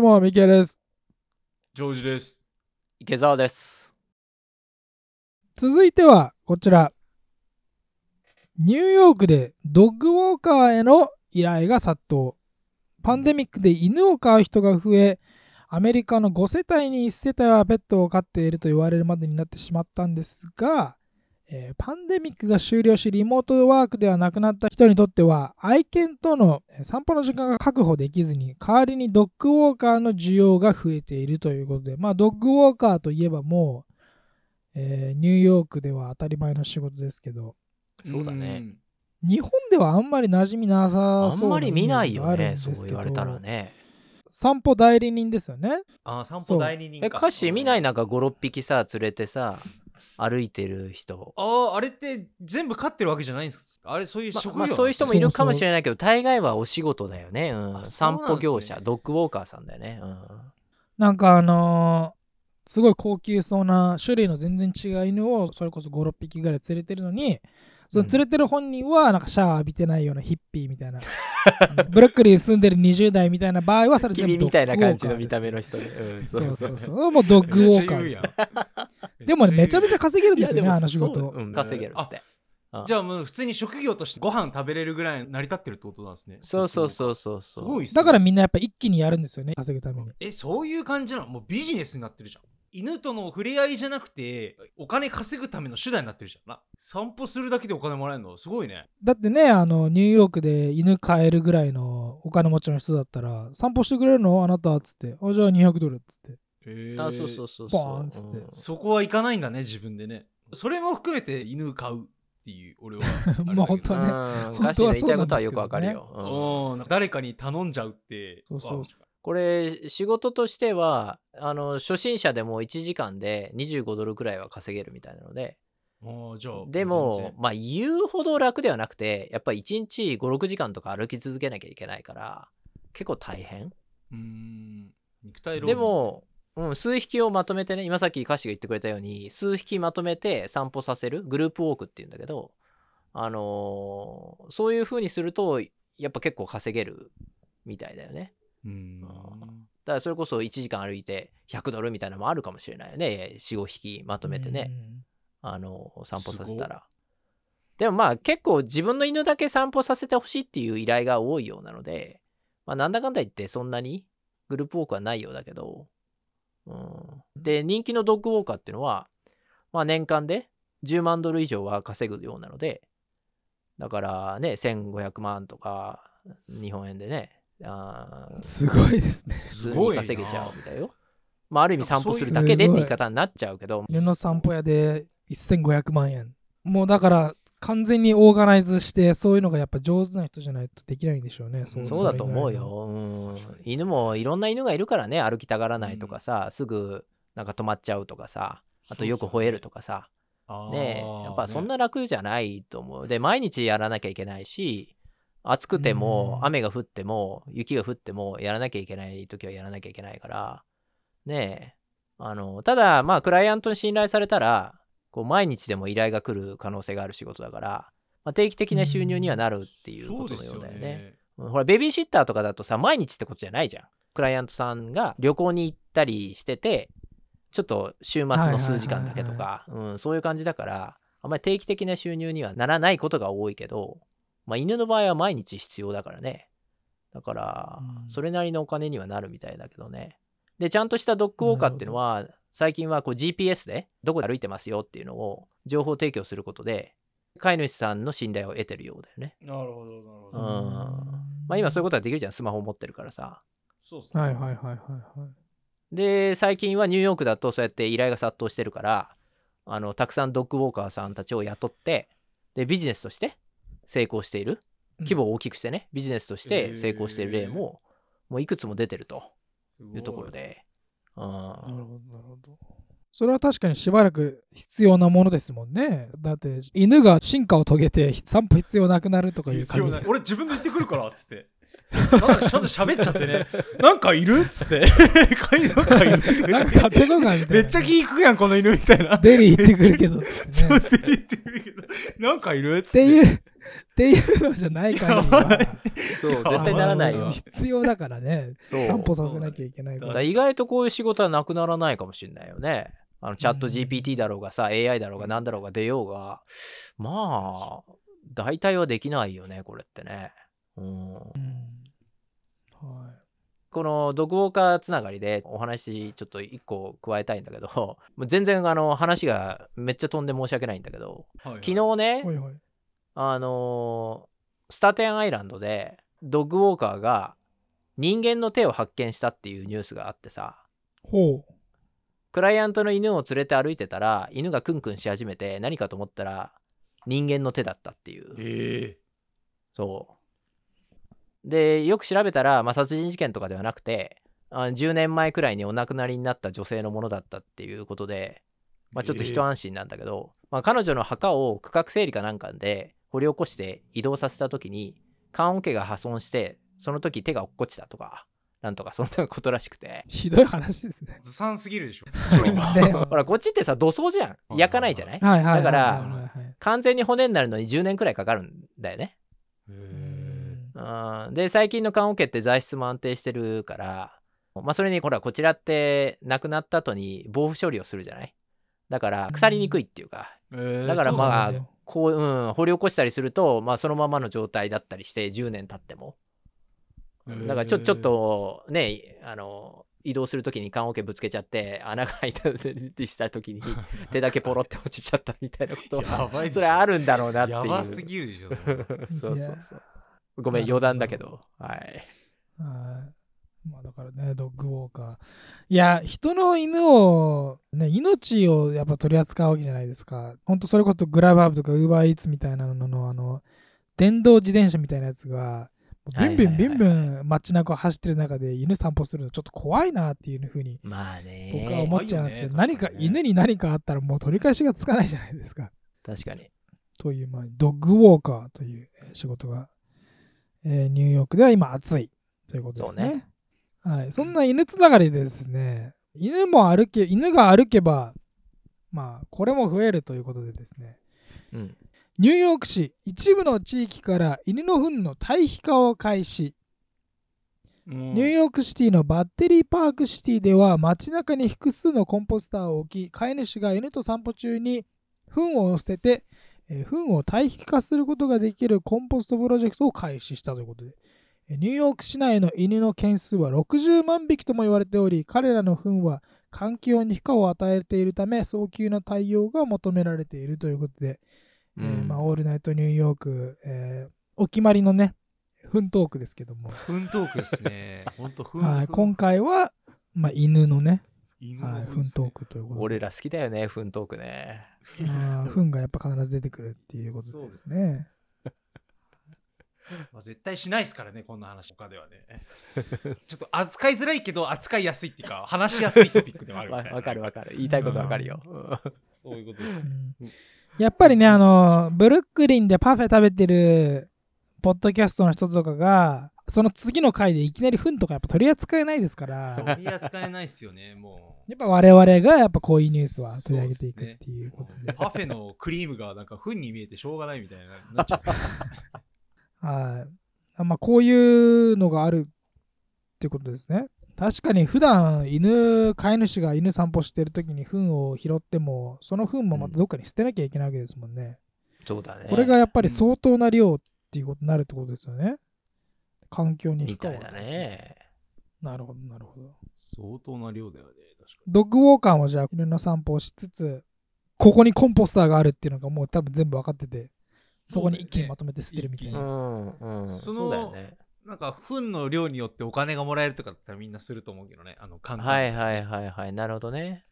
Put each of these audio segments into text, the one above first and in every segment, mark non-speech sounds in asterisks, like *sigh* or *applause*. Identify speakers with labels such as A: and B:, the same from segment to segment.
A: も、ミケです。
B: ジョージです。
C: 池澤です。
A: 続いては、こちら。ニューヨークでドッグウォーカーへの依頼が殺到。パンデミックで犬を飼う人が増え、アメリカの5世帯に1世帯はペットを飼っていると言われるまでになってしまったんですが、えーパンデミックが終了しリモートワークではなくなった人にとっては愛犬とのえー散歩の時間が確保できずに代わりにドッグウォーカーの需要が増えているということでまあドッグウォーカーといえばもう、えーニューヨークでは当たり前の仕事ですけど
C: そうだね。
B: ん。
A: 日本ではあんまり馴染みなさ
C: あん
A: そう
C: ま
A: な
C: り
A: イ
C: 見
A: メ
C: な
A: ー
C: い
A: ジ
C: よ
A: があるん
C: ね、
A: です
C: そ
A: け
C: う
A: ど
C: 言われたらね。
A: 散歩代理人ですよね
B: ああ、散
A: そう
B: 歩代理人か。
C: え、歌詞見ない
B: な。
C: なんか5、6匹さ、連れてさ、歩いてる人。
B: ああ、あれって全部飼ってるわけじゃないんですかあれ、そういう
C: ま
B: 職業
C: まあ、
B: なの
C: そういう人もいるかもしれないけど、大概はお仕事だよね。う
B: あ
C: ん、
B: そうなん
C: 散
B: ですね
C: 歩業者、ドッグウォーカーさんだよね。うん、
A: なんかあのーすごい高級そうな種類の全然違う犬をそれこそ56匹ぐらい連れてるのにその連れてる本人はなんかシャワー浴びてないようなヒッピーみ
C: *laughs*
A: たいなあのブロックリーに住んでる20代みたいな場合はそれ全
C: 君
A: 部ド
C: みた
A: ッ
C: い
A: グウ
C: な
A: ォーカー
C: 感じの見た目の
A: 人
C: 人で。うん、
A: そうそう
C: う。
A: そうもうドッグウォーカーです
B: めっちゃ言うやん
A: でもねめちゃめちゃ
B: ゃ
A: 稼げるん
C: い
A: で
C: や
A: す
C: で
A: よね
C: も
A: あの仕事
C: そううん稼げるって。
B: じゃあもう普通に職業としてご飯食べれるぐらい成り立ってるってことなんですね。
C: そうそうそうそう
B: す
C: そう。
B: ごいっすね
A: だからみんなやっぱ一気にやるんですよね稼ぐために
B: え、そういう感じなのもうビジネスになってるじゃん。犬との触れ合いじゃなくて、お金稼ぐための手段になってるじゃんな。散歩するだけでお金もらえるのすごいね。
A: だってねあのニューヨークで犬飼えるぐらいのお金持ちの人だったら散歩してくれるのあなたっつってあじゃあ200ドルっつって
C: あ、そうそうそうそう。
A: ボーンっつって。
C: うん
B: そこは行かないんだね、自分でね。それも含めて犬買うっていう、俺は
A: *laughs* まあ本当はね
C: うん、
A: 本当
C: 歌詞
A: は
C: の
A: そうなんですけどね
C: 言いたいことはよくわかるよ。うん
B: うん誰かに頼んじゃうって。
A: そうそう
B: わ
C: これ仕事としてはあの初心者でも1時間で25ドルくらいは稼げるみたいなので
B: ああ、じゃあ。
C: で
B: 全
C: も
B: 然、
C: まあ言うほど楽ではなくてやっぱ1日56時間とか歩き続けなきゃいけないから結構大変
B: うーん。肉体労働
C: でも、うん、数匹をまとめてね今さっき歌詞が言ってくれたように数匹まとめて散歩させるグループウォークっていうんだけどあのーそういう風にするとやっぱ結構稼げるみたいだよね
B: ですね、う
C: あ
B: ーん。
C: だからそれこそ1時間歩いて100ドルみたいなのもあるかもしれないよね45匹まとめてね、あの散歩させたらでもまあ結構自分の犬だけ散歩させてほしいっていう依頼が多いようなので、まあ、なんだかんだ言ってそんなにグループウォークはないようだけど、うん、で人気のドッグウォーカーっていうのは、まあ、年間で10万ドル以上は稼ぐようなのでだからね1500万とか日本円でねあー
A: すごいですね
C: 普通に稼げちゃうみたいよ。まあ、ある意味散歩するだけでって言い方になっちゃうけど、
A: 犬の散歩屋で1500万円もうだから完全にオーガナイズしてそういうのがやっぱ上手な人じゃないとできないんでしょうね
B: うん
C: そうだと思うよ。うん犬もいろんな犬がいるからね、歩きたがらないとかさ、すぐなんか止まっちゃうとかさ、あとよく吠えるとかさ、
B: あー。
C: ねやっぱそん
B: ね
C: な楽じゃないと思う。で、毎日やらなきゃいけないし、暑くても
A: うん
C: 雨が降っても雪が降ってもやらなきゃいけない時はやらなきゃいけないから、ねえ、あの、ただ、まあ、クライアントに信頼されたら、こう、毎日でも依頼が来る可能性がある仕事だから、まあ、定期的な収入にはなるっていう
B: そ
C: こ
B: うで
C: との
B: す
C: よう
B: よ
C: だよね。
B: ね。
C: うんほら、ベビーシッターとかだとさ、毎日ってことじゃないじゃん。クライアントさんが旅行に行ったりしてて、ちょっと週末の数時間だけとか、うんそういう感じだから、あんまり定期的な収入にはならないことが多いけど、まあ、犬の場合は毎日必要だからね。だから
A: う、ん
C: それなりのお金にはなるみたいだけどね。で、ちゃんとしたドッグウォーカーっていうのは、最近はこう GPS でどこで歩いてますよっていうのを情報提供することで、飼い主さんの信頼を得てるようだよね。
B: なるほど、なるほ
C: うん
B: ど。
C: まあ今そういう
A: こ
C: ことはできるじゃん、スマホ持ってるからさ。
B: そうっす
A: と
B: ね。
A: はいはいはいはいはい
C: で、最近はニューヨークだとそうやって依頼が殺到してるから、あの、たくさんドッグウォーカーさんたちを雇って、で、ビジネスとして成功している、規模を大きくしてね、ビジネスとして成功している例も、もういくつも出てるというところで、うん、
A: なるほどなるほどそれは確かにしばらく必要なものですもんねだって犬が進化を遂げて散歩必要なくなるとかいう
B: 必
A: 感
B: 要
A: じ
B: ない。俺自分で行ってくるからっつって。なんかちゃんと喋っちゃって *laughs* ね。なんかいるっつって。
A: *laughs*
B: 飼いなんかいるって
A: なんかペコがみたいな
B: めっちゃ気いくやん、この犬みたいな。
A: デリー行ってくるけどっつってね
B: そう言ってるけどなんかいるっつっ
A: って
B: て。
A: いうっていうのじゃない限りは
C: そう絶対ならない
A: あ
C: よ
A: の必要だからね
C: *laughs* そう
A: 散歩させなきゃいけないか
C: だ
A: ら
C: から意外とこういう仕事はなくならないかもしれないよね。あのチャット GPT だろうがさ、AI だろうが何だろうが出ようが、まあ、大体はできないよね、これってね。う
A: うん
C: ん、
A: は
C: このドクウォーカーつながりでお話ちょっと1個加えたいんだけど、もう全然あの話がめっちゃ飛んで申し訳ないんだけど、
B: 昨
C: 昨日ね
A: い、はいはい
C: あのースタテンアイランドでドッグウォーカーが人間の手を発見したっていうニュースがあってさ
A: ほう
C: クライアントの犬を連れて歩いてたら犬がクンクンし始めて何かと思ったら人間の手だったっていう
B: え
C: そうでよく調べたら、まあ、殺人事件とかではなくてあ10年前くらいにお亡くなりになった女性のものだったっていうことで、まあ、ちょっと一安心なんだけど、まあ、彼女の墓を区画整理かなんかで掘り起こして移動させた時に棺桶が破損してその時手が落っこちたとかなんとかそんなことらしくて
A: ひどい話ですね
B: ずさんすぎるでしょ
A: *laughs* ね
C: ほらこっちってさ土葬じゃん焼かないじゃない
A: はいはいはいはいはい
C: だから完全に骨になるのに10年くらいかかるんだよね
B: へ
A: う
B: え
A: ん
C: うんで最近の棺桶って材質も安定してるからまあそれにほらこちらって亡くなった後に防腐処理をするじゃないだから腐りにくいっていうかだから
A: そう
C: ま
A: な
C: あ
A: んだよ
C: こう、うん、掘り起こしたりすると、まあ、そのままの状態だったりして10年経ってもだからちょちょっとねあの移動するときに棺桶ぶつけちゃって穴が開いたりしたとき
B: *laughs*
C: に手だけポロって落ちちゃったみたいなことは
B: やばいでしょ
C: それあるんだろうなっていう
B: やばすぎるでし
C: *laughs*
B: ょそれ
C: そ
A: い
C: うそ
A: や
C: うそうごめん余談だけどはい
A: はいまあだからねドッグウォーカーいや人の犬をね命をやっぱ取り扱うわけじゃないですかほんとそれこそグラバーブとかウーバーイーツみたいなののあの電動自転車みたいなやつがビンビンビンビン街中を走ってる中で犬散歩するのちょっと怖いなっていうふうに
C: まあね
A: 僕は思っちゃうんですけど、
B: 怖い
A: 何
B: よね
A: か
B: 確かにね
A: 犬に何かあったらもう取り返しがつかないじゃないですか。
C: 確かに
A: という、まあ、ドッグウォーカーというえー仕事が、えーニューヨークでは今暑いということですね。
C: そうね
A: はい、そんな犬つながりでですね、犬も歩け、犬が歩けば、まあ、これも増えるということでですね、
C: うん
A: ニューヨーク市一部の地域から犬の糞の堆肥化を開始
B: ニ
A: ニューヨークシティのバッテリーパークシティでは街中に複数のコンポスターを置き飼い主が犬と散歩中に糞を捨てて、えー糞を堆肥化することができるコンポストプロジェクトを開始したということでえーニューヨーク市内の犬の件数は60万匹とも言われており彼らの糞は環境に負荷を与えているため早急な対応が求められているということで、えー
C: うん
A: まあ、オールナイトニューヨーク、えーお決まりのね糞トークですけども
B: フントークですね。本当フン。
A: はい、今回は、まあ、犬のね、
B: 犬の
A: はい、
B: 糞
A: フ
B: で
A: ン
B: す
A: ト
B: ね
A: ークということで、
C: 俺ら好きだよねフントークね
A: まあ
B: *laughs*
A: フンがやっぱ必ず出てくるっていうこと
B: そう
A: で
B: ですす
A: ね。
B: まあ、絶対しないですからね、こんな話他ではね。ちょっと扱いづらいけど、扱いやすいっていうか、話しやすいトピックでもあ
C: わ
B: るみたいな
C: *laughs* わかるわかる言いたいことわかるよ
B: そういうことです
A: う
B: ね。
A: んやっぱりね、あの、ブルックリンでパフェ食べてる、ポッドキャストの人とかが、その次の回でいきなりフンとかやっぱ取り扱えないですから、や
B: *laughs* 取り扱えないっすよね、もう。
A: っぱ我々がやっぱこういうニュースは取り上げていくっていうことで、
B: パフェのクリームがなんかフンに見えてしょうがないみたいななっちゃうんですよ
A: はいあまあ、こういうのがあるってことですね。確かに普段犬飼い主が犬散歩してる時に糞を拾ってもその糞もまたどっかに捨てなきゃいけないわけですもんね。
C: そうだね
A: これがやっぱり相当な量っていうことになるってことですよね。環境に負
C: み
A: 荷
C: た
A: を
C: いだね
A: なるほどなるほど。
B: 相当な量だよね、確か
A: ドッグウォーカーもじゃあ犬の散歩をしつつここにコンポスターがあるっていうのがもう多分全部分かっててそこに一気にまとめて捨てるみたいな。
C: うんうん、
B: その
C: そうだよね。
B: に。なんか、フンの量によってお金がもらえるとかだったらみんなすると思うけどね、あの、簡単に
C: はいはいはいはい、なるほどね。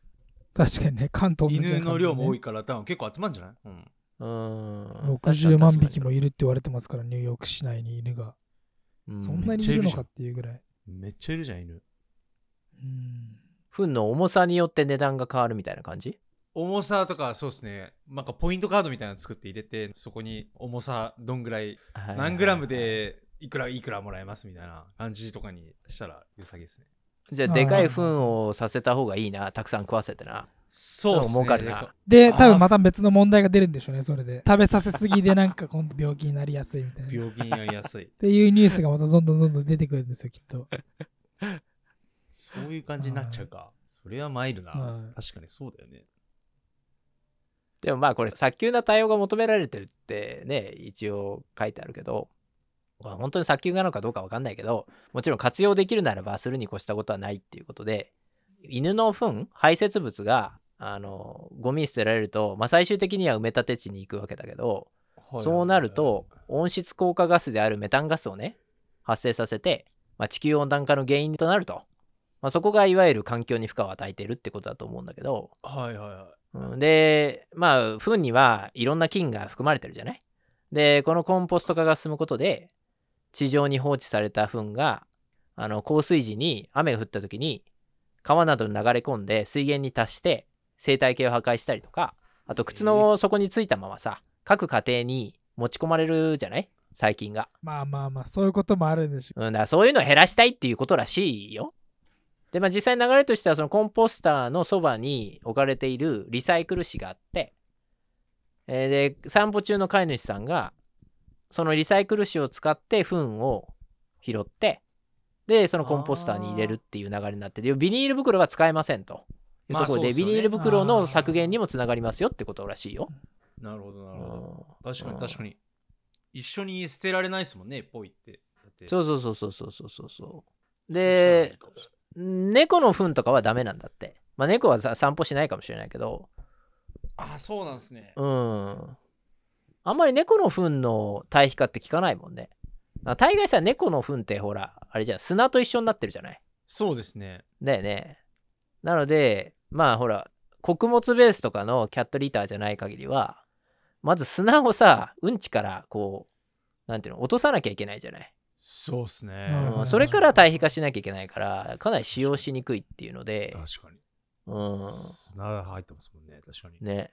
A: 確かにね関東
B: 犬の量も多
A: い
B: いから、多分結構集まるんじゃないうん。
C: うん。
A: 60万匹も
C: い
A: いるって言われてますから、ニューヨーク市内に犬が。
C: る
A: そんなにいるのかっていうぐらい。
B: めっちゃいるじゃん、犬。
A: うん
C: 糞の重さによって値段が変わるみたいな感じ
B: 重さとかそうですねなんかポイントカードみたいなの作って入れてそこに重さどんぐらい何グラム。でいくらいくらもらえますみたいな感じとかにしたら良さげですね
C: じゃあ、でかい糞をさせた方がいいな、たくさん食わせてな。
B: そうです
C: 儲
B: ね
C: かるな
A: で
B: あー
A: 多分また別の問題が出るんでしょうねそれで食べさせすぎでなんか今度病気になりやすいみ
B: *laughs*
A: たいなっ
B: 病気になりやすい
A: ていうニュースがまたどんどんどんどん出てくるんですよきっと
B: そういう感じになっちゃうかそれはマイルな
A: はい
B: 確かにそうだよね
C: でもまあこれ早急な対応が求められてるってね一応書いてあるけどまあ本当に早急なのかどうか分かんないけどもちろん活用できるならばするに越したことはないっていうことで犬の糞排泄物があのゴミに捨てられると、まあ、最終的には埋め立て地に行くわけだけどそうなると温室効果ガスであるメタンガスをね発生させて、まあ、地球温暖化の原因となると、まあ、そこがいわゆる環境に負荷を与えているってことだと思うんだけど
B: はいはいは
C: うんでまあ糞にはいろんな菌が含まれてるじゃないでこのコンポスト化が進むことで地上に放置された糞があの降水時に雨が降った時に川などに流れ込んで水源に達して生態系を破壊したりとかあと靴の底についたままさ各家庭に持ち込まれるじゃない細菌が、
A: まあまあまあそういうこともあるんでしょ
C: うん、だからそういうのを減らしたいっていうことらしいよでまあ実際流れとしてはそのコンポスターのそばに置かれているリサイクル紙があってえーで散歩中の飼い主さんがそのリサイクル紙を使って糞を拾ってでそのコンポスターに入れるっていう流れになってでビニール袋は使えませんという
B: ま
C: ところ
B: あそう
C: で,、
B: っすよね
C: ビニール袋の削減にもつながりますよってことらしいよ。
B: いなるほどな
C: う
B: るほど
C: ん
B: 確かに
C: うん
B: 確かに一緒に捨てられないですもんねポイってだって
C: そうそうそうそうそうそうそう。で
B: そしたらいいかもし
C: 猫の糞とかはダメなんだって。まあ、猫はさ散歩しないかもしれないけど、
B: れないあそうなんですね
C: うん。あんまり猫の糞の堆肥化って聞かないもんね。あ大概さ、猫の糞ってほら、あれじゃん、砂と一緒になってるじゃない。
B: そうですね
C: だよね。なので、まあほら、穀物ベースとかのキャットリーターじゃない限りは、まず砂をさ、うんちからこう、なんていうの、落とさなきゃいけないじゃない。
B: そうですね
A: うん
C: うんそれから堆肥化しなきゃいけないから、かなり使用しにくいっていうので、
B: 確かに
C: うん。
B: 砂入ってますもんね確かに
C: ね。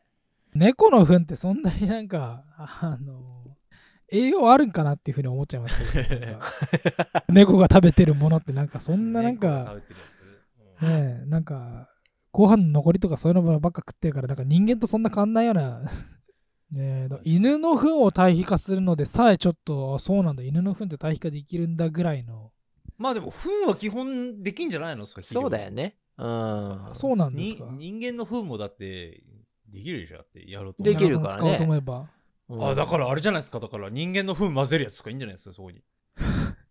A: 猫の糞ってそんなになんかあの栄養あるんかなっていうふうに思っちゃいますけどなんか猫が食べてるものってなんかそんななんか
B: 猫が食べてるやつうん
A: ねえなんかご飯の残りとかそういうのばっか食ってるからなんか人間とそんな変わんないような *laughs* ねえだ犬の糞を堆肥化するのでさえちょっとあそうなんだ犬の糞って堆肥化できるんだぐらいの
B: まあでも糞は基本できんじゃないのそ
C: そうだよ
B: ね
C: ね。うん。
A: そうなんです
B: に
A: か
B: 人間の糞もだってできるでしょだってやろうと思え
C: で
B: ば
C: きるからね
A: 使おうと思えば
C: うん
B: あだからあれじゃないですかだから人間の糞混ぜるやつとかいいんじゃないですかそこに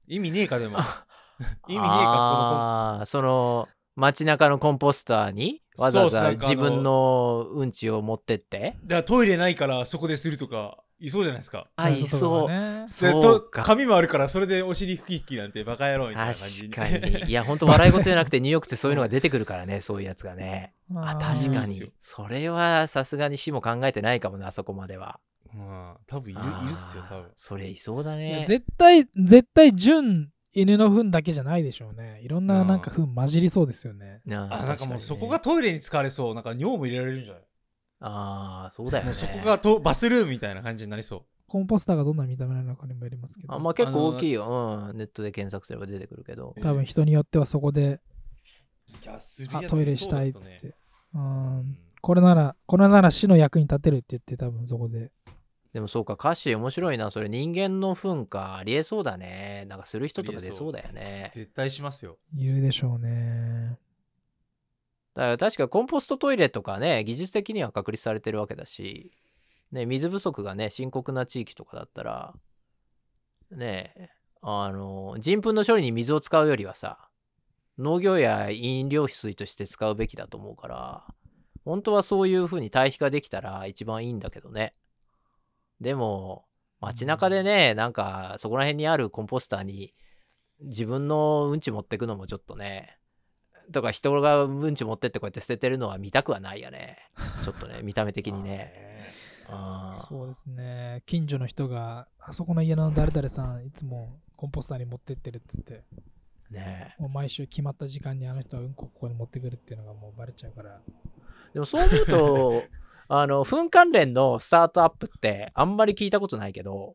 B: 意味ねえかでも *laughs* 意味ねえか
C: あーその街中のコンポスターにわざわ
B: そう
C: ざ
B: そう
C: 自分のうんちを持ってって
B: そこだからトイレないからそこでするとかいそうじゃないですか
C: あいそう
A: そういうことがね
B: で
C: そ
B: と
C: うか
B: 髪もあるからそれでお尻拭ききなんてバカ野郎みたいな感じ
C: 確か
B: *laughs*
C: にいや本当笑い事じゃなくてニューヨークってそういうのが出てくるからねそういうやつがねあ確
B: い
C: か
B: るんすよ
C: にそれはさすがに死も考えてないかもなあそこまでは
B: うん多分いる
C: あー
B: いるっすよ多分
C: それいそうだ
A: いや
C: ね
A: 絶対絶対純犬の糞だけじゃないでしょうねいろん
B: う
A: なんなんか糞混じりそうですよね、
B: あ
C: あー
B: なんかもう
C: 確にね
B: そこがトイレに使われそうなんか尿も入れられるんじゃない
C: あーそうだよ
B: もう
C: ね
B: そこがとバスルームみたいな感じになりそ
A: コンポスターがどんな見た目なのかにもよりますけど
C: あまあ結構大きいよ、うん、ネットで検索すれば出てくるけど
B: う。
A: 多分人によってはそこで
B: ういやする
A: あ
B: やつ
A: トイレし
B: そうだ
A: たいっ
B: と
A: つっ
B: ね
A: て、う
B: うんん
A: これならこれなら死の役に立てるって言って多分そこで
C: でもそうか、歌詞面白いな。それ人間の糞か。ありえそうだね。なんかする人とか出そうだよね。
B: 絶対しますよ
A: いるでしょうね
C: だから確かコンポストトイレとかね、技術的には確立されてるわけだし、ね、水不足がね、深刻な地域とかだったら、ねえ、あの、人糞の処理に水を使うよりはさ、農業や飲料水として使うべきだと思うから、本当はそういう風に堆肥化できたら一番いいんだけどね。でも、街中でね、なんかそこら辺にあるコンポスターに自分のうんち持ってくのもちょっとね、とか人がうんち持ってってこうやって捨ててるのは見たくはない
A: *laughs*
C: よね。ちょっとね、見た目的にね。あー
A: そうですね近所の人があそこの家の誰々さんいつもコンポスターに持ってってるっつって
C: ね
A: もう毎週決まった時間にあの人はうんこここに持ってくるっていうのがもうバレちゃうから
C: でもそう思
A: *laughs*
C: うと、あの、噴関連のスタートアップってあんまり聞いたことないけど、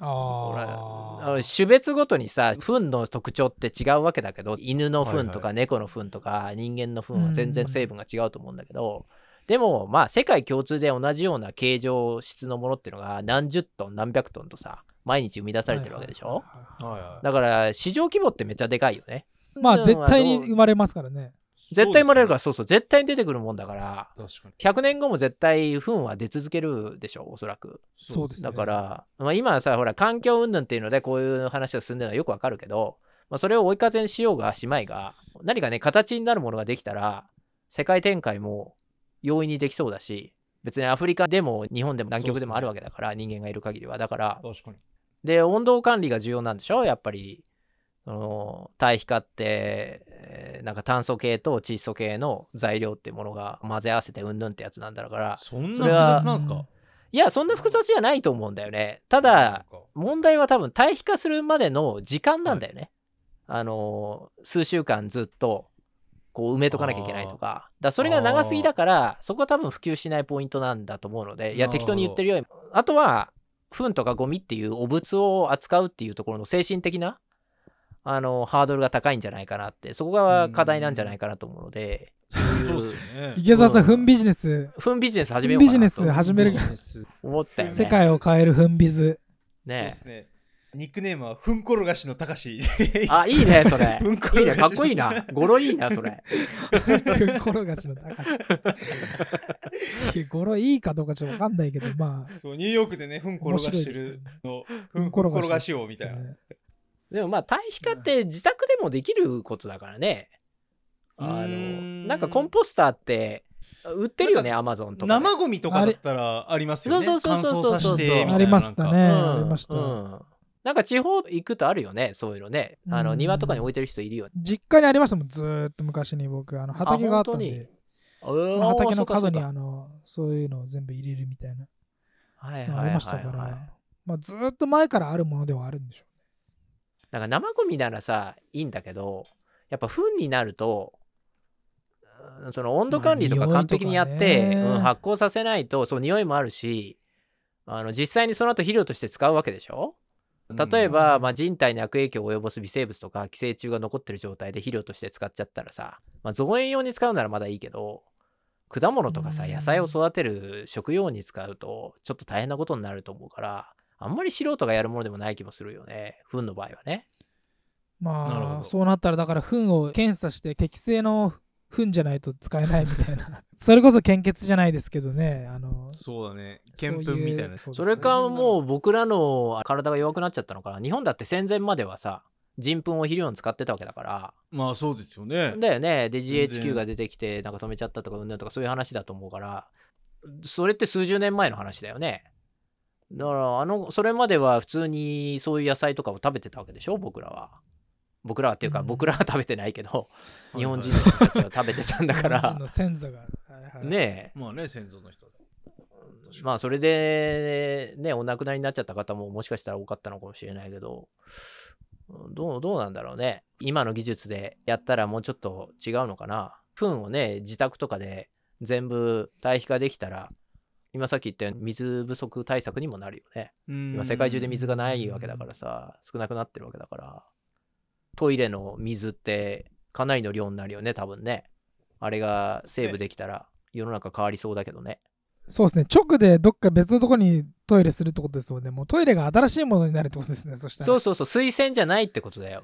C: ほら
A: あ
C: あの
A: あ。
C: 種別ごとにさ糞の特徴って違うわけだけど犬の糞と
B: は
C: か猫の糞とか人間の糞
A: う
C: は
A: ん
C: 全然成分が違うと思うんだけど、でもまあ世界共通で同じような形状質のものっていうのが何十トン何百トンとさ毎日生み出されてるわけでし
A: は
C: ょ、
A: いはいはい
B: はいはい
C: だから市場規模ってめっちゃでかいよね
A: まあ
C: 糞
A: 絶
C: はどう
A: 対に生まれますからね。
C: 絶対生まれるから
B: そ
C: そうそう絶対に出てくるもんだから
B: うですね確かに
C: 100年後も絶対糞は出続けるでしょおそらく
A: そうですね
C: だから、まあ、今さほら環境云々っていうのでこういう話が進んでるのはよくわかるけど、まあ、それを追い風にしようがしまいが何かね形になるものができたら世界展開も容易にできそうだし別にアフリカでも日本でも南極でもあるわけだから、人間がいる限りはだから
B: 確かに
C: で温度管理が重要なんでしょやっぱりその堆肥化って、えーなんか炭素系と窒素系の材料ってものが混ぜ合わせてうんぬんってやつなんだから
B: そん
C: そ
B: な
C: れ
B: 複
C: は
B: 雑なんですか
C: いやそんな複雑じゃないと思うんだよねただ問題は多分堆肥化するまでの時間なんだよね、あのー数週間ずっとこう埋めとかなきゃいけないとかだからそれが長すぎだからそこは多分普及しないポイントなんだと思うのでい
B: なる
C: や
B: ほど
C: 適当に言ってるよりもあとは糞とかゴミっていう汚物を扱うっていうところの精神的なあのーハードルが高いんじゃないかなってそこが課題なんじゃないかなと思うのでそう
B: そうです
C: いう
B: よね
A: 池澤さん、糞ビジネス、
C: 糞ビジネス始めようかなと
A: 糞ビジネス始める
B: ビジネス
C: 思ったよね
A: 世界を変える糞ビ *laughs* ズ。
B: そう
C: ね
B: ですね。ニックネームは、ふんころがしのたかし。
C: あいいねそ
A: *laughs*
C: れ
B: ふんこ
C: いい
B: ろがし
C: ねかっこいいな語呂いいなそれ
A: 転がしの
C: *laughs*
A: 高い。ゴロいいかどうかちょっとわかんないけど、まあ。
B: *laughs* そう、ニューヨークでね、ふんころ
A: 面
B: が
A: 白い
B: し
A: ですけど
B: る
A: ね
B: の、
A: ふ
B: ふ
A: ん
B: ん
A: ころが
B: こ
A: し
B: ろがしようみたいな。
C: でもまあ堆肥化って自宅でもできることだからね。あ
B: うー
C: の
B: ん
C: なんかコンポスターって売ってるよねアマゾンとかで。
B: 生ゴミとかだったらありますよね。
C: あれそう
B: 乾
C: そ
B: 燥
C: うそう
B: さ
C: そうそ
B: せ
C: う
B: てみたいな。
A: ありましたね。
B: なんか。
A: ありました。
C: うんなんか地方行くとあるよねそういうのね。あの
A: うん
C: 庭とかに置いてる人いるよね。
A: 実家にありましたもん、ずーっと昔に僕、あの畑があったん
C: 本当に
A: で、
C: そ
A: その畑の角にあのそういうのを全部入れるみたいな
C: はい
A: のがあ
C: はい
A: り
C: はいは
A: ましたか
C: い。
A: ら、まあずーっと前からあるものではあるんでしょ
C: なんか生ゴミならさいいんだけどやっぱ糞になるとうんその温度管理と
A: ま
C: か
A: あ
C: 完璧にやって、
A: 匂いとかね
C: うん発酵させないとそう匂いもあるしあの実際にその後肥料として使うわけでしょ例えば、まあ、人体に悪影響を及ぼす微生物とか寄生虫が残ってる状態で肥料として使っちゃったらさ、まあ、造園用に使うならまだいいけど果物とかさ
A: うん
C: 野菜を育てる食用に使うとちょっと大変なことになると思うからあんまり素人がやるものでもない気もするよね糞の場合はね。
A: うね。
B: なるほ
A: まあ
B: ど
A: そうなったらだから糞を検査して適正の糞じゃないと使えないみたいな。 *laughs* それこそ献血じゃないですけどね。あの
B: そうだね。
A: そう
B: け
A: いうん
B: ぷんみたいなやつ。
A: そうです
C: そ
A: ね
C: れかもう僕らの体が弱くなっちゃったのかな日本だって戦前まではさ人糞を肥料に使ってたわけだから
B: まあそうですよね。
C: だよねで
B: 全然
C: GHQ が出てきてなんか止めちゃったとかうんぬんとかそういう話だと思うからそれって数十年前の話だよねだからあのそれまでは普通にそういう野菜とかを食べてたわけでしょ僕らは僕らはっていうか
A: うん
C: 僕らは食べてないけど
B: い
C: 日本人の人たちは食べてたんだか
A: 日本人
C: ら
A: の先祖が。はいはい
C: ねえ
B: まあね、先祖の人。
C: まあそれでねお亡くなりになっちゃった方ももしかしたら多かったのかもしれないけどうんどうどうなんだろうね今の技術でやったらもうちょっと違うのかな糞をね自宅とかで全部堆肥化できたら今さっき言ったように水不足対策にもなるよね
B: 今
C: 今世界中で水がないわけだからさ少なくなってるわけだからトイレの水ってかなりの量になるよね多分ねあれがセーブできたら世の中変わりそうだけどね
A: そうですね。直でどっか別のとこにトイレするってことですもんね。もうトイレが新しいものになるってことですね。そしたら。
C: そうそうそう推薦じゃないってことだよ、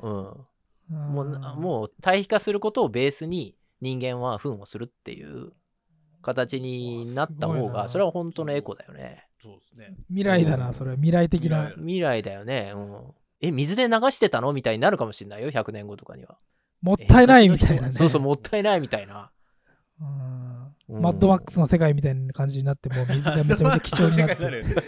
C: う
A: うん
C: ん、もうなもう対比化することをベースに人間は糞をするっていう形になった
A: うわ
C: 方
A: すごい
C: が
A: な
C: それは本当のエコだよね
B: そうですね。
A: 未来だな、それは未来的な
B: 未。来
C: 未来だよね、うん、え水で流してたのみたいになるかもしれないよ100年後とかには
A: もったいないみたいな
C: え
A: ね。
C: そうそうもったいないみたいな、
A: うん
C: うん
A: マッドマックスの世界みたいな感じになって、もう水がめちゃめちゃ貴重に
B: *laughs*
A: なって。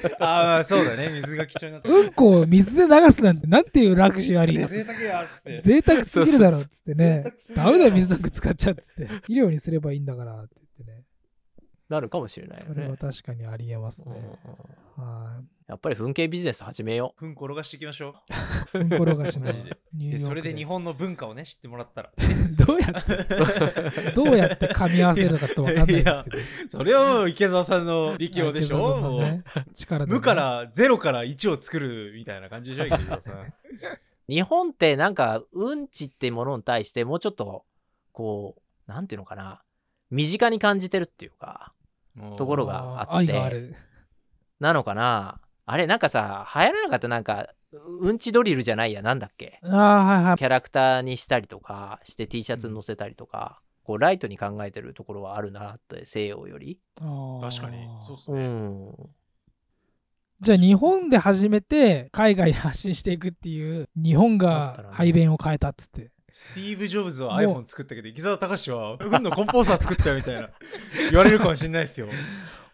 B: て。ああ、そうだね。水が貴重になっ
A: *laughs*
B: て。
A: うんこを水で流すなんて、なんていうラグジュ
C: *laughs*
A: アリー。
B: 贅沢やっつって。
A: 贅沢すぎるだろっつってね
B: そうそう。
A: ダメだよ、水なんか使っちゃうっつって。医療にすればいいんだからって言ってね。
C: なるかもしれないよ
A: それ
C: ね
A: は確かにありえます
C: うん
A: ね。はい
C: やっぱり噴景ビジネス始めよ
B: ふん転がしていきましょ
A: うんころがしの
B: マジで
A: ニ
B: う
A: ューヨークで
B: で
C: *laughs*
B: それで
A: *laughs*
B: 日本の文化をね知ってもらったら
A: どうやって *laughs* どうやって噛み合わせるのかちょっとわかんないですけど
B: *laughs* それはもう池澤さんの力量でしょ
A: はい
B: も
A: 池
B: う、
A: 田さんのね力でね
B: 無からゼロから1を作るみたいな感じでしょ池澤さ
C: *laughs*
B: ん
C: う。日本ってなんか、うんちってものに対して、もうちょっと、こう、なんていうのかな、身近に感じてるっていうか、ところがあって
A: 愛がある
C: なのかな。あれ、なんかさ、流行らなかったなんか、うんちドリルじゃないや、なんだっけ。
A: ああはいはい
C: キャラクターにしたりとかして T シャツに載せたりとか、こうライトに考えてるところはあるなって西洋より、
A: あー
B: 確かにそうっす
C: う
B: ね、
C: ん、
A: じゃあ日本で始めて海外に発信していくっていう日本
C: だったら
A: が
C: ね
A: 排便を変えたっつって
B: スティーブ・ジョブズは
A: もう
B: iPhone 作ったけど池澤隆は運のコンポーザー作ったよみたいな言われるかもしれないですよ
C: で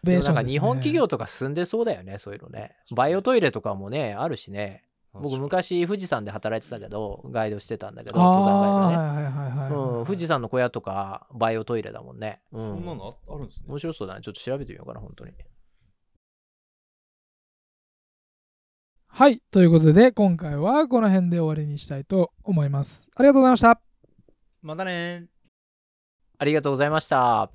A: ベー
C: も
A: シ
C: な
A: ョン
C: んか
A: ですね
C: 日本企業とか進んでそうだよねそういうのねバイオトイレとかもねあるしね僕昔富士山で働いてたけどガイドしてたんだけど登山ガイドね、
A: ああーはいはいはいはい、
C: うん、富士山の小屋とかバイオトイレだもんね、う、
B: そんなんのああるんですね
C: 面白そうだねちょっと調べてみようかな本当に
A: はいということで今回はこの辺で終わりにしたいと思いますありがとうございました
B: またねー
C: ありがとうございました